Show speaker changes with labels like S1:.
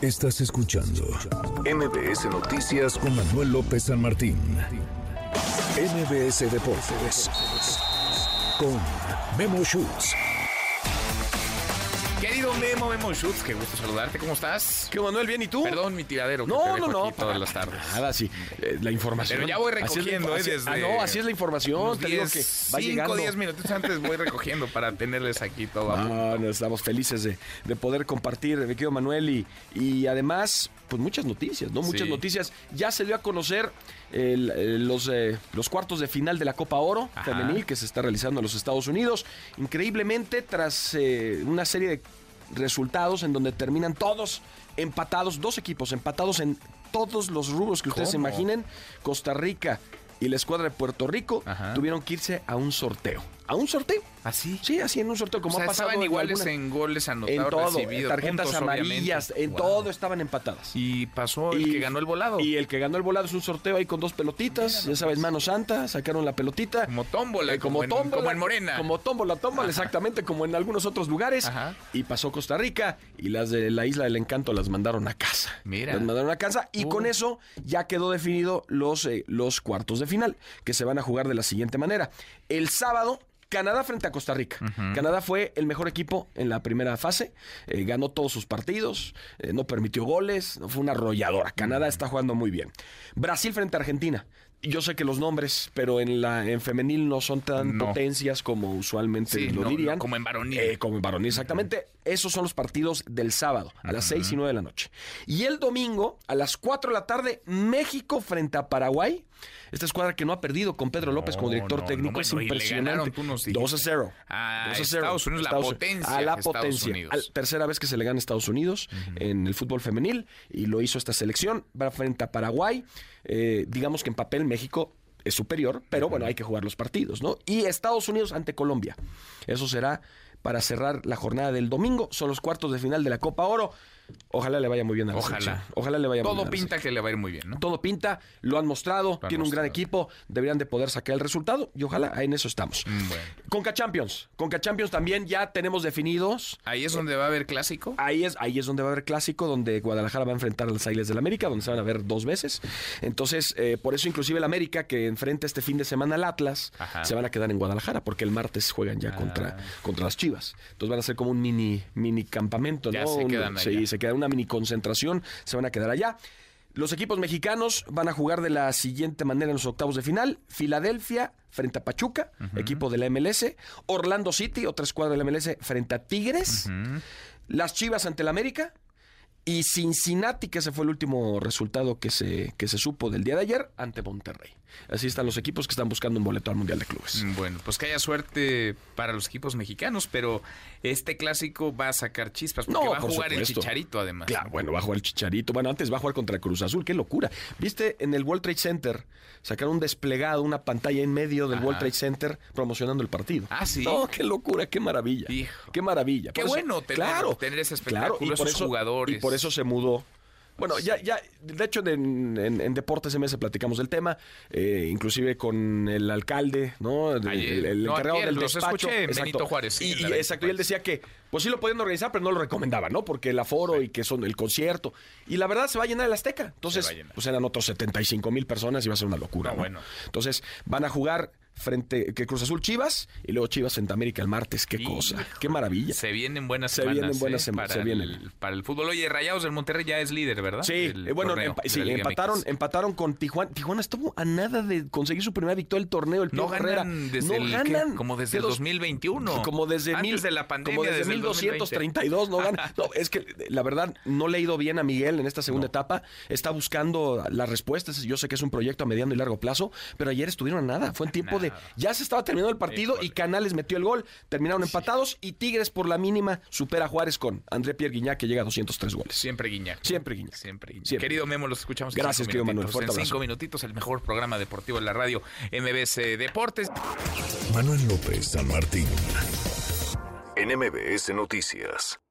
S1: Estás escuchando MBS Noticias con Manuel López San Martín. MBS Deportes con Memo Schutz.
S2: Querido Memo, Memo Schutz, qué gusto saludarte. ¿Cómo estás?
S3: Que Manuel, bien, ¿y tú?
S2: Perdón, mi tiradero. que
S3: No,
S2: te
S3: no,
S2: dejo
S3: no,
S2: aquí todas
S3: para
S2: las tardes.
S3: Nada, sí. Eh, la información.
S2: Pero ya voy
S3: Así es la
S2: recogiendo,
S3: info-
S2: ¿eh?
S3: así-
S2: Desde
S3: ah, no, así es la información. Te digo que va
S2: 5
S3: llegando.
S2: o 10 minutos antes voy recogiendo para tenerles aquí todo. a-
S3: Ah, no, estamos felices de, de poder compartir, mi querido Manuel, y, y además, pues muchas noticias, ¿no? Muchas
S2: Sí.
S3: noticias. Ya se dio a conocer el- el- los, eh, los cuartos de final de la Copa Oro
S2: Ajá.
S3: femenil que se está realizando en los Estados Unidos. Increíblemente, tras eh, una serie de resultados en donde terminan todos empatados, dos equipos empatados en todos los rubros que ustedes se
S2: ¿Cómo?
S3: imaginen, Costa Rica y la escuadra de Puerto Rico
S2: Ajá.
S3: tuvieron que irse a un sorteo. ¿A un sorteo?
S2: ¿Así?
S3: Sí, así en un sorteo,
S2: ¿Ah, O
S3: como
S2: sea,
S3: ha pasado
S2: estaban iguales
S3: alguna-
S2: en goles
S3: en
S2: anotados,
S3: todo,
S2: recibidos,
S3: tarjetas
S2: puntos,
S3: amarillas,
S2: obviamente.
S3: en
S2: Wow.
S3: todo estaban empatadas.
S2: Y pasó el que ganó el volado.
S3: Y el que ganó el volado es un sorteo ahí con dos pelotitas, ya sabes, mano santa, sacaron la pelotita.
S2: Como tómbola,
S3: Eh, como,
S2: como en-
S3: tómbola,
S2: como en Morena.
S3: Como tómbola, tómbola, exactamente, como en algunos otros lugares.
S2: Ajá.
S3: Y pasó Costa Rica y las de la Isla del Encanto las mandaron a casa.
S2: Mira.
S3: Las mandaron a casa y
S2: Uh.
S3: con eso ya quedó definido los, eh, los cuartos de final, que se van a jugar de la siguiente manera. El sábado... Canadá frente a Costa Rica. Canadá fue el mejor equipo en la primera fase, eh, ganó todos sus partidos, eh, no permitió goles, fue una arrolladora. Canadá está jugando muy bien. Brasil frente a Argentina. Yo sé que los nombres, pero en la en femenil no son tan
S2: No.
S3: potencias como usualmente
S2: Sí,
S3: lo
S2: no,
S3: dirían.
S2: no, como en varonil.
S3: Eh, como en varonil, exactamente. Esos son los partidos del sábado, a las 6 y 9 de la noche. Y el domingo, a las 4 de la tarde, México frente a Paraguay. Esta escuadra que no ha perdido con Pedro López como
S2: No,
S3: director
S2: no,
S3: técnico
S2: no,
S3: es
S2: bueno, y le
S3: impresionante.
S2: ganaron, tú nos dijiste.
S3: 2 a 0.
S2: A
S3: 2 a 0.
S2: Estados Unidos, la potencia
S3: A la
S2: que Estados
S3: potencia.
S2: Unidos.
S3: Al- tercera vez que se le gana a Estados Unidos en el fútbol femenil y lo hizo esta selección. Va frente a Paraguay. Eh, digamos que en papel México es superior, pero bueno, hay que jugar los partidos, ¿no? Y Estados Unidos ante Colombia. Eso será para cerrar la jornada del domingo. Son los cuartos de final de la Copa Oro. Ojalá le vaya muy bien a la
S2: Ojalá.
S3: selección. Ojalá le vaya muy bien.
S2: Todo
S3: a la selección.
S2: pinta que le va a ir muy bien, ¿no?
S3: Todo pinta, lo han mostrado,
S2: han
S3: tiene un gran
S2: mostrado.
S3: equipo, deberían de poder sacar el resultado y ojalá en eso estamos.
S2: Mm, bueno.
S3: Conca Champions, Conca Champions también ya tenemos definidos
S2: Ahí es donde va a haber clásico.
S3: Ahí es, ahí es donde va a haber clásico, donde Guadalajara va a enfrentar a las Águilas del América, donde se van a ver dos veces. Entonces, eh, por eso inclusive el América, que enfrenta este fin de semana al Atlas,
S2: Ajá. Ah.
S3: se van a quedar en Guadalajara, porque el martes juegan ya contra, contra las Chivas. Entonces van a ser como un mini, mini campamento,
S2: Ya
S3: ¿no?
S2: se
S3: Un-
S2: quedan
S3: sí,
S2: allá.
S3: se queda una mini concentración, se van a quedar allá. Los equipos mexicanos van a jugar de la siguiente manera en los octavos de final. Filadelfia frente a Pachuca, equipo de la MLS. Orlando City, otra escuadra de la MLS, frente a Tigres. Las Chivas ante el América. Y Cincinnati, que ese fue el último resultado que se, que se supo del día de ayer, ante Monterrey. Así están los equipos que están buscando un boleto al Mundial de Clubes.
S2: Mm, Bueno, pues que haya suerte para los equipos mexicanos, pero este clásico va a sacar chispas porque
S3: No,
S2: va a
S3: por
S2: jugar el
S3: supuesto.
S2: chicharito además.
S3: Claro, bueno, va a jugar el Chicharito. Bueno, antes va a jugar contra Cruz Azul. ¡Qué locura! ¿Viste? En el World Trade Center sacaron un desplegado, una pantalla en medio del
S2: Ajá.
S3: World Trade Center promocionando el partido.
S2: Ah, ¿sí?
S3: No, qué locura, qué maravilla.
S2: Hijo.
S3: Qué maravilla.
S2: Qué
S3: Por
S2: bueno tener- tener ese espectáculo,
S3: y por
S2: esos
S3: eso-
S2: jugadores.
S3: Y por eso se mudó. Bueno, ya, ya, de hecho en, en- en Deportes MS platicamos del tema, eh, inclusive con el alcalde, ¿no? El,
S2: Ayer.
S3: el- el
S2: No,
S3: encargado
S2: ayer
S3: del
S2: los
S3: despacho.
S2: escuché en Benito Juárez, sí, en
S3: Y-
S2: la
S3: y
S2: Benito
S3: exacto, y él
S2: Juárez.
S3: decía que, pues sí lo podían organizar, pero no lo recomendaban, ¿no? Porque el aforo y que son el concierto. Y la verdad se va a llenar el Azteca. Entonces,
S2: va a llenar.
S3: pues eran otros 75 mil personas y va a ser una locura.
S2: No,
S3: ¿no?
S2: bueno.
S3: Entonces, van a jugar frente que Cruz Azul Chivas y luego Chivas frente a América el martes. Qué
S2: Híjole.
S3: cosa, qué maravilla.
S2: Se vienen buenas
S3: Se
S2: semanas.
S3: vienen buenas
S2: ¿eh?
S3: semanas,
S2: Para,
S3: se vienen.
S2: El, para el fútbol. Oye, Rayados del Monterrey ya es líder, ¿verdad?
S3: Sí,
S2: Del
S3: eh, bueno,
S2: torneo
S3: empa-
S2: de
S3: sí,
S2: la Liga
S3: empataron,
S2: MX.
S3: empataron con Tijuana. Tijuana estuvo a nada de conseguir su primera victoria del torneo. El
S2: No
S3: Piojo Herrera.
S2: ganan desde
S3: no
S2: el, ¿qué?
S3: ganan.
S2: como desde el
S3: Dos-
S2: 2021.
S3: Como desde,
S2: Antes
S3: mil-
S2: de la pandemia.
S3: como desde,
S2: desde el
S3: 1232, no gana. No, es que la verdad no le ha ido bien a Miguel en esta segunda
S2: No.
S3: etapa. Está buscando las respuestas. Yo sé que es un proyecto a mediano y largo plazo, pero ayer estuvieron a nada. Fue en tiempo de.
S2: nada.
S3: Ya se estaba terminando el partido y
S2: Híjole.
S3: Canales metió el gol. Terminaron empatados y Tigres por la mínima supera a Juárez con André Pierre Guiñá, que llega a 203 goles.
S2: Siempre Guiñac.
S3: Siempre Guiñac.
S2: Siempre Guiñac.
S3: Siempre.
S2: Querido Memo, los escuchamos. en
S3: Gracias,
S2: cinco
S3: querido Manuel.
S2: minutitos.
S3: Fuerte
S2: En
S3: abrazo.
S2: cinco minutitos, el mejor programa deportivo de la radio MBS Deportes.
S1: Manuel López San Martín. En MBS Noticias.